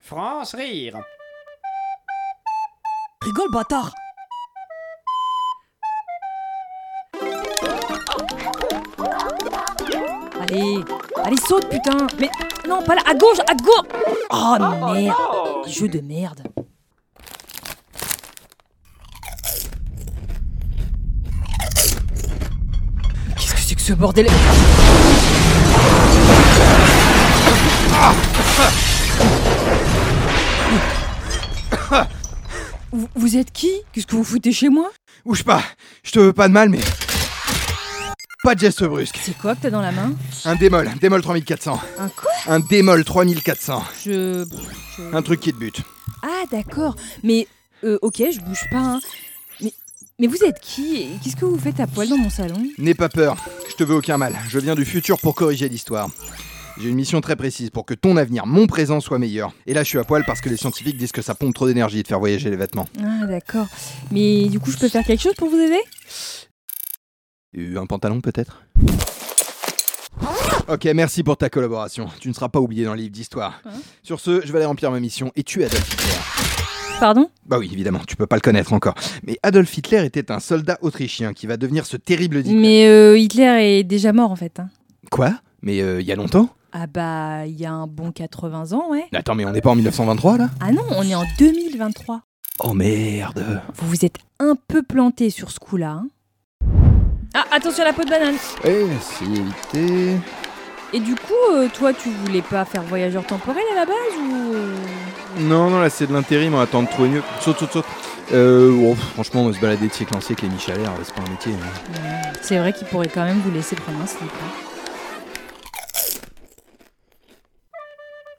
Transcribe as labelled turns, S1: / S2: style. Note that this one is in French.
S1: France rire.
S2: Rigole, bâtard Allez, allez, saute, putain Mais non, pas là, à gauche, à gauche Oh, merde Jeu de merde Qu'est-ce que c'est que ce bordel vous, vous êtes qui Qu'est-ce que vous foutez chez moi
S3: Bouge pas, je te veux pas de mal, mais. Pas de geste brusque.
S2: C'est quoi que t'as dans la main
S3: Un démol, démol 3400.
S2: Un quoi
S3: Un démol 3400.
S2: Je... je-
S3: Un truc qui te bute.
S2: Ah d'accord, mais euh, ok, je bouge pas. hein. Mais, mais vous êtes qui et Qu'est-ce que vous faites à poil dans mon salon
S3: N'aie pas peur, je te veux aucun mal. Je viens du futur pour corriger l'histoire. J'ai une mission très précise pour que ton avenir, mon présent, soit meilleur. Et là, je suis à poil parce que les scientifiques disent que ça pompe trop d'énergie de faire voyager les vêtements.
S2: Ah d'accord, mais du coup je peux faire quelque chose pour vous aider
S3: Euh, Un pantalon, peut-être Ok, merci pour ta collaboration. Tu ne seras pas oublié dans le livre d'histoire.
S2: Hein
S3: Sur ce, je vais aller remplir ma mission et tu Adolf Hitler.
S2: Pardon
S3: Bah oui, évidemment, tu peux pas le connaître encore. Mais Adolf Hitler était un soldat autrichien qui va devenir ce terrible dictateur.
S2: Mais euh, Hitler est déjà mort en fait. hein.
S3: Quoi Mais euh, il y a longtemps
S2: Ah bah il y a un bon 80 ans ouais.
S3: Attends, mais on n'est pas en 1923 là
S2: Ah non, on est en 2023.
S3: Oh merde
S2: Vous vous êtes un peu planté sur ce coup-là. hein. Ah attention à la peau de banane.
S3: Eh, c'est évité.
S2: Et du coup, euh, toi tu voulais pas faire voyageur temporel à la base ou euh
S3: Non, non, là c'est de l'intérim, on attend de trouver mieux. Saute, saute, saute. Euh, oh, franchement, on va se balader de siècle en siècle, les Michalers, c'est pas un métier. hein.
S2: C'est vrai qu'il pourrait quand même vous laisser prendre un slip.